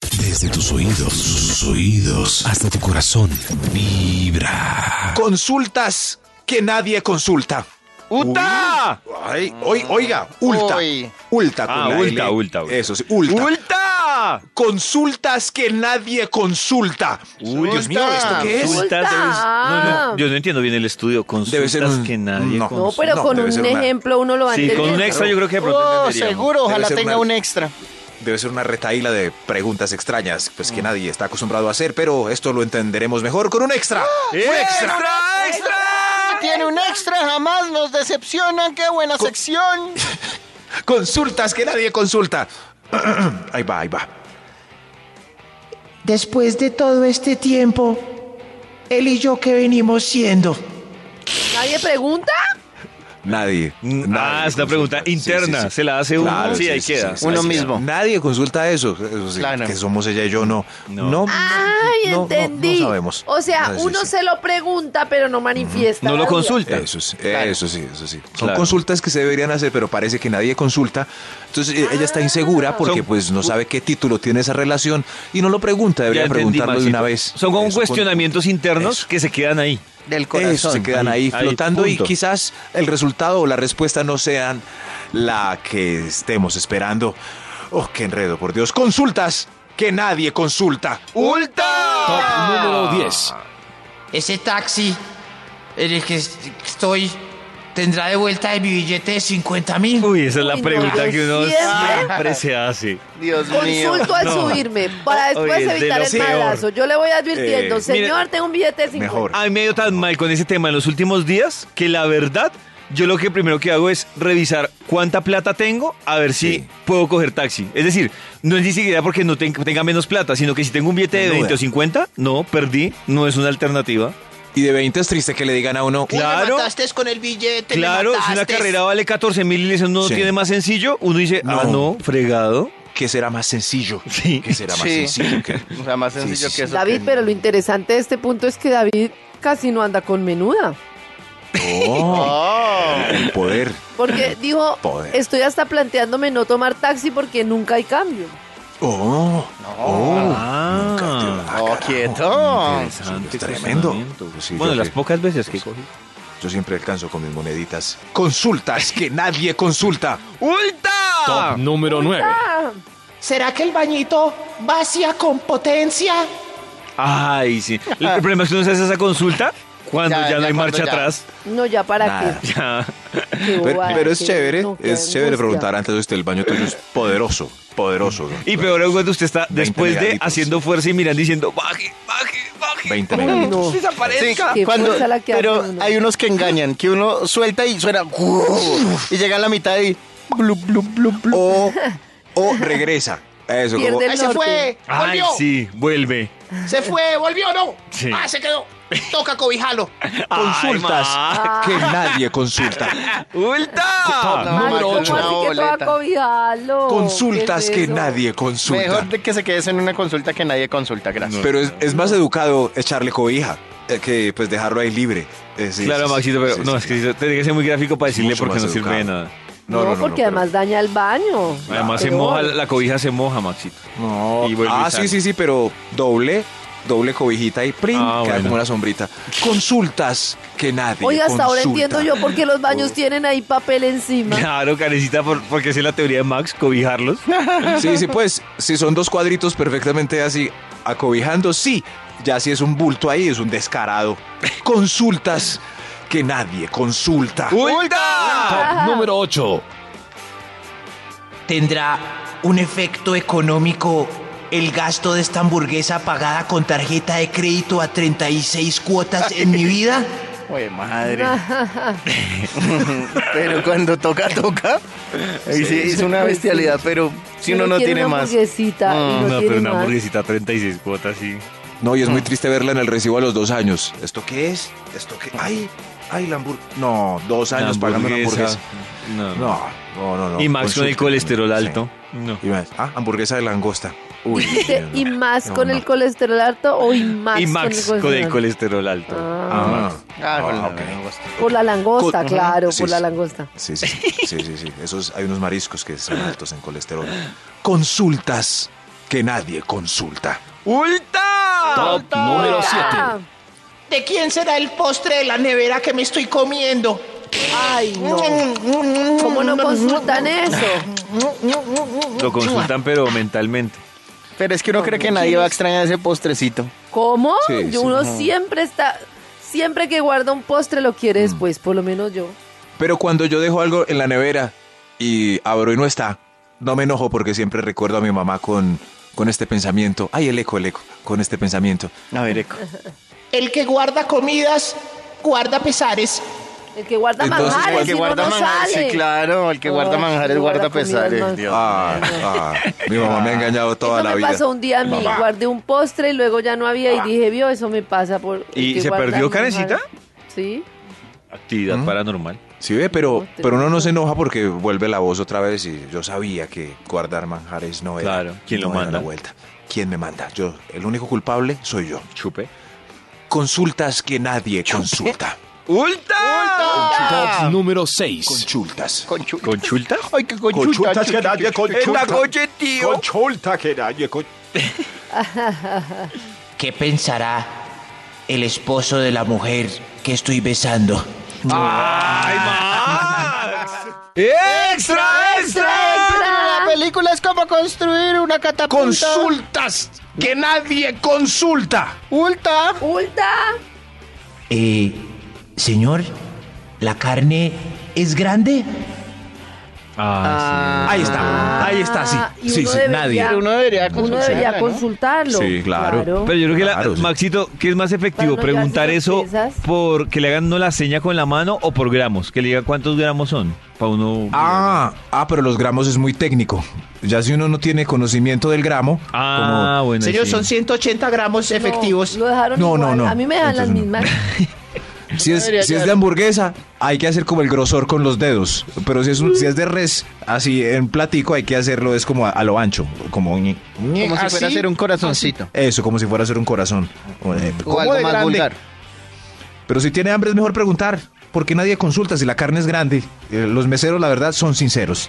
Desde tus oídos, sus oídos, hasta tu corazón. Vibra. Consultas que nadie consulta. ¡Ulta! Ay, oi- oiga, ulta. Uy. Ulta. Ah, con la ulta, L. ulta, ulta. Eso sí, ulta. ¡Ulta! Consultas que nadie consulta. Uy, Dios mío, ¿esto qué es? Ulta. Consultas debes- no, no, yo no entiendo bien el estudio. Consultas Debe ser un- que nadie no. consulta. No, pero No, con debe un ser una- ejemplo uno lo va a Sí, con un entender. extra yo creo que de pronto Oh, entenderíamos. seguro, ojalá Debe ser tenga una- un extra. Debe ser una retaíla de preguntas extrañas, pues que nadie está acostumbrado a hacer, pero esto lo entenderemos mejor con un extra. ¡Ah! ¡Un extra! ¡Extra, extra! Ah, Tiene un extra, jamás nos decepcionan, qué buena sección. Consultas que nadie consulta. ahí va, ahí va. Después de todo este tiempo, él y yo que venimos siendo. ¿Nadie pregunta? Nadie. Ah, nadie es una consulta. pregunta Sí, interna. sí, sí. Se la hace uno. Claro, sí, ahí queda. Uno ahí mismo. queda. Nadie consulta eso. eso sí, Claro. Que somos ella y yo, no. No, No. no, Ay, no, no, entendí. No, sabemos. O sea, No, sí, uno sí. se lo pregunta, pero no manifiesta. No lo la duda. consulta. Eso sí, Claro. eso sí, eso sí. Son Claro. consultas que se deberían hacer, pero parece que nadie consulta. Entonces eh, ella está Ah. insegura porque Son- pues no sabe qué título tiene esa relación y no lo pregunta, debería Ya entendí, preguntarlo de una Maxito. vez. Son como Eso, con- cuestionamientos internos Eso. que se quedan ahí. Del Eso, se corazón. quedan ahí, Ahí, ahí, flotando y punto. quizás el resultado o la respuesta no sean la que estemos esperando. Oh, qué enredo, por Dios. Consultas que nadie consulta. Top número 10. Ese taxi en el que est- estoy tendrá de vuelta de mi billete de 50 mil. Uy, esa es la Uy, no, pregunta yo que uno siempre- siempre se hace. Dios mío. Consulto al subirme para después Oye, es de evitar lo el peor. malazo. Yo le voy advirtiendo, Eh, señor, mire- tengo un billete de 50. Mejor. A mí me ha ido tan mal con ese tema en los últimos días que la verdad, yo lo que primero que hago es revisar cuánta plata tengo a ver si Sí. puedo coger taxi. Es decir, no es ni siquiera porque no ten- tenga menos plata, sino que si tengo un billete de Menuda. 20 o 50, no, perdí, no es una alternativa. Y de 20 es triste que le digan a uno, Claro. con el billete. me Claro, si una mataste. carrera vale 14 mil y eso no Sí. tiene más sencillo, uno dice, ah, No. no, fregado. que será más sencillo. Sí. Que será más Sí. sencillo. que- O sea, más sencillo Sí, sí, sí. que eso. David, pero lo interesante de este punto es que David casi no anda con menuda. Oh, Oh. el poder. Porque dijo, Poder. estoy hasta planteándome no tomar taxi porque nunca hay cambio. Oh, oh. Nunca te- Ah, ah, Oh, carajo. quieto. interesante Es Oh, tremendo. cuestionamiento. Sí, yo bueno, las que- pocas veces que cogí. Yo siempre alcanzo con mis moneditas. Consultas que nadie consulta. ¡Ulta! número 9. Ah, ¿Será que el bañito vacía con potencia? Ay, sí. El problema es que uno se hace esa consulta cuando ya, Ya, no ya, hay cuando marcha ya. atrás. no, ya para Nada. qué. Ya. Qué Pero, bobada, pero es qué- chévere, no, qué es chévere angustia. preguntar antes de usted. El baño tuyo es poderoso, poderoso. Y peor aún cuando usted está 20 después de megalitos. haciendo fuerza y mirando diciendo, baje, baje, baje. 20 Ay, minutos. no. Desaparezca. Qué fuerza la que pero hace uno. hay unos que engañan, que uno suelta y suena y llega a la mitad y blup, blup, blup, blup. O, o regresa. Eso, como, Pierde el ¡Ahí se norte. fue! Ay, ¡Volvió! sí, vuelve. ¡Se fue! ¡Volvió! ¡No! Sí. ¡Ah, se quedó! ¡Toca cobijarlo! consultas que nadie consulta. ¡Ulta! No, Ay, número ¿cómo ocho. así Una que te va a boleta. cobijarlo? Consultas Oh, ¿Qué es que eso? nadie Mejor consulta. de que se quedes en una consulta que nadie consulta, gracias. Pero es, es más educado echarle cobija eh, que pues dejarlo ahí libre. Eh, sí, Claro, sí, Maxito, pero sí, no, sí, es sí. que eso tiene que ser muy gráfico para Es decirle mucho porque más no sirve de educado. nada. No, porque pero- además daña el baño. Además se Peor. moja, la cobija se moja, Maxito. No. Y vuelve y ah, sale. sí, sí, sí, pero doble, doble cobijita y prim, Ah, queda bueno. como una sombrita. Consultas que nadie Oiga, hasta ahora consulta. entiendo yo por qué los baños tienen ahí papel encima. Claro, carecita, por- porque esa es la teoría de Max, cobijarlos. Sí, sí, pues, si son dos cuadritos perfectamente así, acobijando, sí. Ya si es un bulto ahí, es un descarado. Consultas que nadie consulta. ¡Ulta! Número 8. ¿Tendrá un efecto económico el gasto de esta hamburguesa pagada con tarjeta de crédito a 36 cuotas en mi vida? Oye, madre. pero cuando toca, toca. Y sí, es una bestialidad, pero si uno no quiere tiene una más. hamburguesita y Mm, no, tiene más. 36 cuotas, sí. No, y es Mm. muy triste verla en el recibo a los dos años. ¿Esto qué es? ¿Esto qué? ¡Ay! ¡Ay, la hamburguesa! No, dos años pagando la hamburguesa. No. No, no, no. no. Y pues Max con el Consulta. colesterol Sí. alto. No. Y más, ah, hamburguesa de langosta. Uy, Dijiste, no. y más No, con no. el colesterol alto o y más, y Max con el colesterol alto. Ah, Ah, Ah, con la- ok. por la langosta, Con- claro, Sí, por la sí. langosta. Sí, sí, sí, sí, sí, sí. Esos, hay unos mariscos que son altos en colesterol. Consultas que nadie consulta. ¡Ulta! Top número Ah, 7. ¿De quién será el postre de la nevera que me estoy comiendo? Ay, no. ¿Cómo no consultan eso? Lo consultan, pero mentalmente. Pero es que uno cree que nadie va a extrañar ese postrecito. ¿Cómo? Sí, Yo- sí. uno siempre está, siempre que guarda un postre lo quiere después, por lo menos yo. Pero cuando yo dejo algo en la nevera y abro y no está, no me enojo porque siempre recuerdo a mi mamá con, con este pensamiento. Ay, el eco, el eco, con este pensamiento. A ver, Eco. El que guarda comidas, guarda pesares. El que guarda Entonces, manjares, el si que no, guarda no manjares, sale. sí, claro, el que Ay, guarda manjares el que guarda guarda comidas, pesares. man- Dios. Ah, ah, mi mamá me ha engañado toda eso la me vida. pasó un día a mí, guardé un postre y luego ya no había y dije, vio, eso me pasa por... el ¿Y que se guarda perdió, manjares". Karencita? Sí. Actividad ¿Mm? paranormal. Sí, ve, pero, pero uno no se enoja porque vuelve la voz otra vez y yo sabía que guardar manjares no era. Claro, ¿quién lo no era manda? La vuelta. ¿Quién me manda? Yo, el único culpable soy yo. Chupe. Consultas que nadie consulta. ¡Ulta! Top número Con 6. chultas. Conchulta. ¿Consulta? Ay, qué conchulta. chuchu, chuchu, chuchu. tío! ¿Qué pensará el esposo de la mujer que estoy besando? ¡Extra, extra! ¡Extra! La película es como construir una catapulta. Consultas que nadie consulta. Ulta. ¡Ulta! Eh, señor, ¿la carne es grande? Ahí está, ahí está, sí. Ah, y Sí, uno sí, debería- nadie. Pero uno debería consultar. Uno debería ¿no? consultarlo. Sí, claro. Pero yo creo que, la- Claro, sí. Maxito, ¿qué es más efectivo? Para no llevar ¿Preguntar eso sorpresas. por que le hagan no la seña con la mano o por gramos? Que le digan cuántos gramos son. Para uno. Ah, ah, pero los gramos es muy técnico. Ya si uno no tiene conocimiento del gramo, Ah, bueno. Señor, sí. son 180 gramos No, efectivos. lo dejaron No, no, igual. no. A mí me dejan las Entonces no. mismas. como si es, debería si es llevar- de hamburguesa, hay que hacer como el grosor con los dedos. Pero si es, un- si es de res, así en platico, hay que hacerlo es como a, a lo ancho, como un- Como si Así, fuera a hacer un corazoncito. eso, como si fuera a ser un corazón. O, eh, O ¿cómo algo de más grande? vulgar. Pero si tiene hambre es mejor preguntar, porque nadie consulta si la carne es grande. Eh, los meseros, la verdad, son sinceros.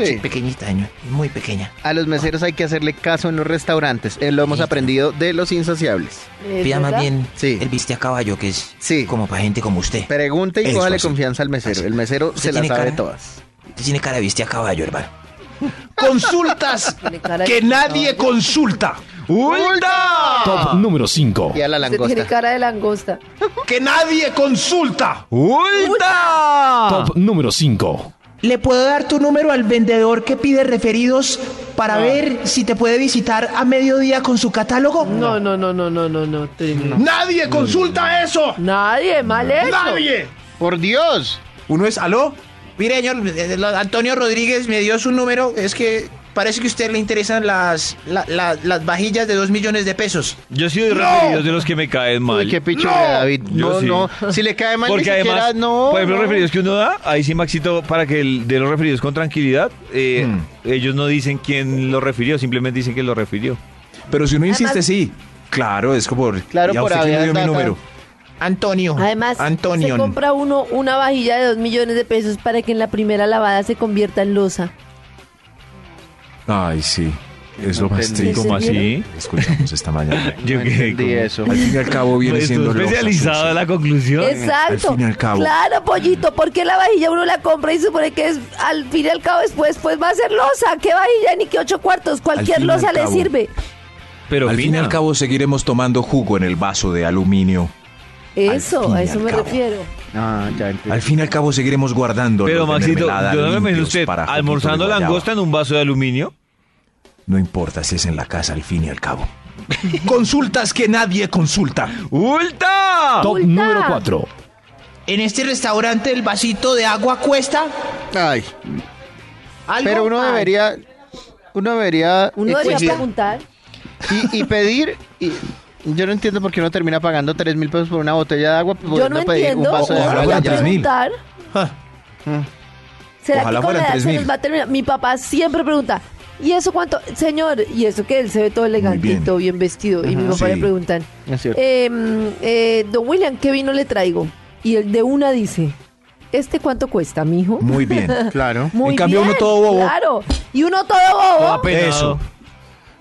Sí. Pequeñita, muy pequeña. A los meseros hay que hacerle caso en los restaurantes. Eh, lo hemos aprendido de los insaciables. Es Pida más verdad. bien Sí. el viste a caballo, que es Sí. como para gente como usted. Pregunte y Eso, cójale así. confianza al mesero. El mesero ¿Usted se las tiene sabe cara? todas. Usted tiene cara de viste a caballo, hermano. Consultas Tiene cara de- que nadie consulta. ¡Ulta! Top número 5. Y a la Usted tiene langosta. cara de langosta. Que nadie consulta. ¡Ulta! Top número 5. ¿Le puedo dar tu número al vendedor que pide referidos para ver si te puede visitar a mediodía con su catálogo? No, no, no, no, no, no, no. Nadie consulta eso. Nadie, mal hecho. Nadie. ¡Por Dios! Uno es, aló, Mire, señor, eh, lo- Antonio Rodríguez me dio su número. Es que parece que a usted le interesan las, la- la- las vajillas de 2 millones de pesos. Yo soy de referidos de los que me caen mal. Uy, qué picho David. Yo No, sí. no. Si le cae mal, Porque ni siquiera, además, no. por ejemplo, no. los referidos que uno da, ahí sí, Maxito, para que el- de los referidos con tranquilidad, eh, ellos no dicen quién lo refirió, simplemente dicen que lo refirió. Pero si uno insiste, Además- sí. Claro, es como. Claro, ¿y a por usted quién le haber dio mi data. número. Antonio. Oh, Además, Antonio. se compra uno una vajilla de 2 millones de pesos para que en la primera lavada se convierta en losa. Ay, sí. Es lo más entendí. triste. ¿Cómo así? Escuchamos esta mañana. Yo No quedé entendí como- eso. Al fin y al cabo viene Pues, siendo ¿tú lo especializado en la conclusión. Exacto. al fin y al cabo. Claro, pollito, porque la vajilla uno la compra y supone que es al fin y al cabo después pues va a ser losa? ¿Qué vajilla ni qué ocho cuartos? Cualquier fin y al losa le cabo. sirve. Pero Al fin y fina. al cabo seguiremos tomando jugo en el vaso de aluminio. fin Eso, y a eso al me cabo. refiero. Ah, ya entendí. Al fin y al cabo seguiremos guardando. Pero los de Maxito, mermelada yo no me imagino limpios usted para juguito de almorzando guayaba. langosta en un vaso de aluminio. No importa si es en la casa, al fin y al cabo. Consultas que nadie consulta. ¡Ulta! Top Ulta. número 4. En este restaurante el vasito de agua cuesta Ay. algo. Pero uno mal. debería. Uno debería. Uno debería exigir preguntar. y, y pedir. y- yo no entiendo por qué uno termina pagando 3 mil pesos por una botella de agua. Yo no pudiendo pedir entiendo. Un vaso de uno agua. fueran debería ya. 3.000. preguntar. ¿Será Ojalá que con la fueran edad se 3.000. nos va a terminar? Mi papá siempre pregunta, ¿y eso cuánto? Señor, y eso que él se ve todo elegantito, bien. vestido. Y mi papá Sí. le preguntan, Es cierto. "Eh, mm, eh, don William, ¿qué vino le traigo? Y el de una dice, ¿este cuánto cuesta, mijo? Muy bien. Claro. Muy En cambio, uno todo bobo. Claro. Y uno todo bobo. Eso. Apenado.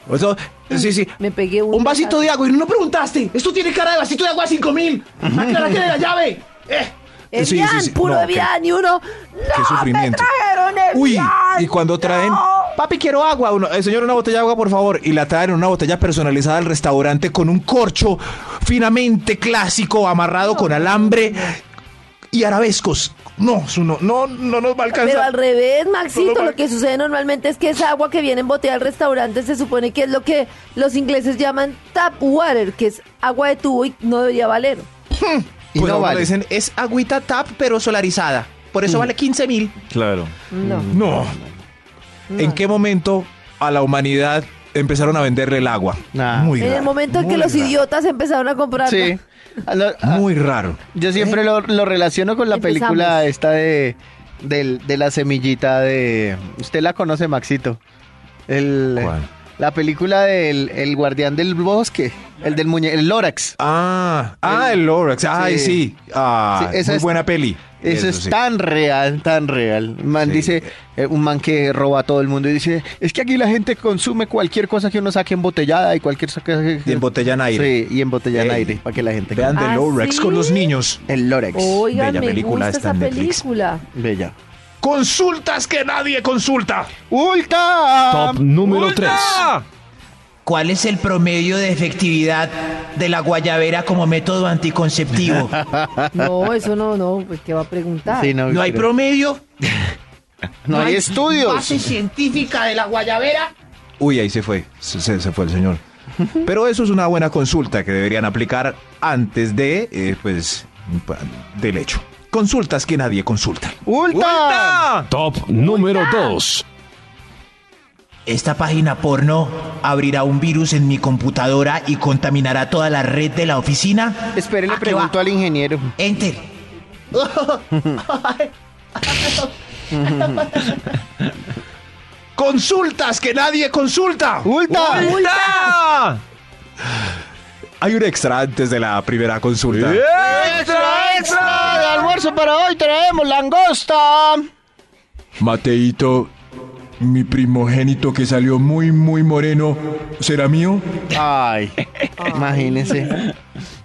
Eso- sí, sí. Me pegué un. Un vasito de agua y no preguntaste. Esto tiene cara de vasito de agua a 5000. Aclara que era la llave. Eh. Evian, Sí, sí, sí. puro No, qué- Evian, y uno. Qué ¡No, sufrimiento. me trajeron Evian! Uy, y cuando traen, ¡No! papi, quiero agua. Uno, "Eh, señor, una botella de agua, por favor. Y la traen en una botella personalizada al restaurante con un corcho finamente clásico, amarrado con alambre y arabescos. No, eso no, no, no nos va a Pero alcanzar. al revés, Maxito, Solo lo que sucede normalmente es que esa agua que viene en botella al restaurante se supone que es lo que los ingleses llaman tap water, que es agua de tubo y no debería valer. Y Pues a no uno le vale. dicen, es agüita tap, pero solarizada. Por eso vale 15 mil. Claro. No. No. ¿En qué momento a la humanidad empezaron a venderle el agua? Nah. Muy En raro. el momento en que muy los raro, idiotas empezaron a comprar. Sí. A lo- a- Muy raro. Yo siempre lo, lo relaciono con la Empezamos. película esta de, del- de la semillita de... Usted la conoce, Maxito. El, ¿Cuál? La película del el guardián del bosque, el del muñe el Lorax. Ah, ah, el Lorax. Ay, sí. Ah, Sí, esa muy es- buena peli. Eso, es sí. tan real, tan real. Un Man Sí. dice, eh, un man que roba a todo el mundo y dice, es que aquí la gente consume cualquier cosa que uno saque embotellada y cualquier cosa que... Y embotellan aire. Sí, y embotella en Ey. aire, para que la gente... Vean The ¿Ah, Lorax sí? con los niños. El Lorax. Oigan, Bella me película gusta está esa en Netflix. película. Bella. Consultas que nadie consulta. ¡Ulta! Top número 3. ¡Ah! ¿Cuál es el promedio de efectividad de la guayabera como método anticonceptivo? No, eso no, no, pues que va a preguntar. Sí, ¿No hay creo- promedio? no hay estudios. Base científica de la guayabera. Uy, ahí se fue. Se, se- se fue el señor. Pero eso es una buena consulta que deberían aplicar antes de, eh, pues, del hecho. Consultas que nadie consulta. ¡Ulta! Top número 2. Esta página porno abrirá un virus en mi computadora y contaminará toda la red de la oficina. Espere, le ¿A qué va? pregunto al ingeniero. Enter. Consultas que nadie consulta. ¡Ulta! ¡Multa! Hay un extra antes de la primera consulta. ¿Eh? ¡Extra, extra! De almuerzo para hoy traemos langosta. Mateito, mi primogénito que salió muy, muy moreno, ¿será mío? Ay, imagínense.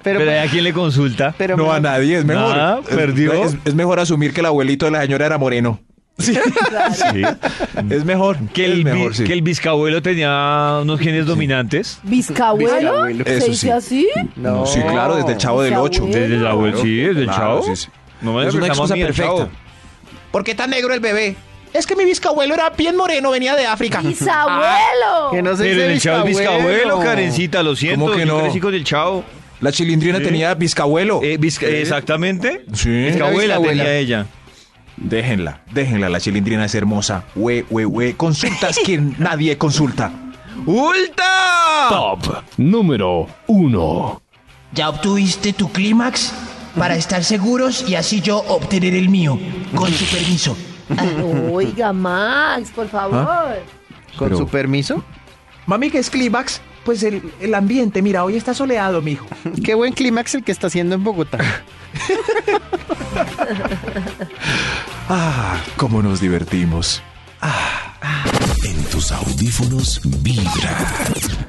Pero, pues, Pero ¿ahí ¿a quién le consulta? pero- No, a nadie, es mejor. Nada, Es- perdió. Es, es mejor asumir que el abuelito de la señora era moreno. Sí, Sí. es mejor. Que es el, vi- mejor, sí. que el bizcabuelo tenía unos genes dominantes. ¿Vizcabuelo? Vizcabuelo. ¿Se Eso dice sí. así? No. Sí, claro, desde el chavo del 8. Bisabuelo. Desde el abuelo, sí, desde el chavo. No me es una despertamos excusa ni del perfecta. chavo. ¿Por qué tan negro el bebé? Es que mi bisabuelo era bien moreno, venía de África. Ah, ¡Bisabuelo! Que no se Pero dice en el chavo es bizcabuelo, Karencita, lo siento. que Yo no? crecí con el chavo. La chilindrina tenía bizcabuelo. Eh, bizca- Exactamente. Sí. Bizcabuela Bizcabuela. tenía ella. Déjenla, déjenla, la chilindrina es hermosa. Hue, hue, hue. Consultas que nadie consulta. ¡Ulta! Top número 1. ¿Ya obtuviste tu clímax? Para estar seguros y así yo obtener el mío. Con su permiso. Oiga, Max, ¿Ah? por favor. Con Pero- su permiso. Mami, ¿qué es Clímax? Pues el, el ambiente, mira, hoy está soleado, mijo. Qué buen clímax el que está haciendo en Bogotá. Ah, cómo nos divertimos. En tus audífonos vibra.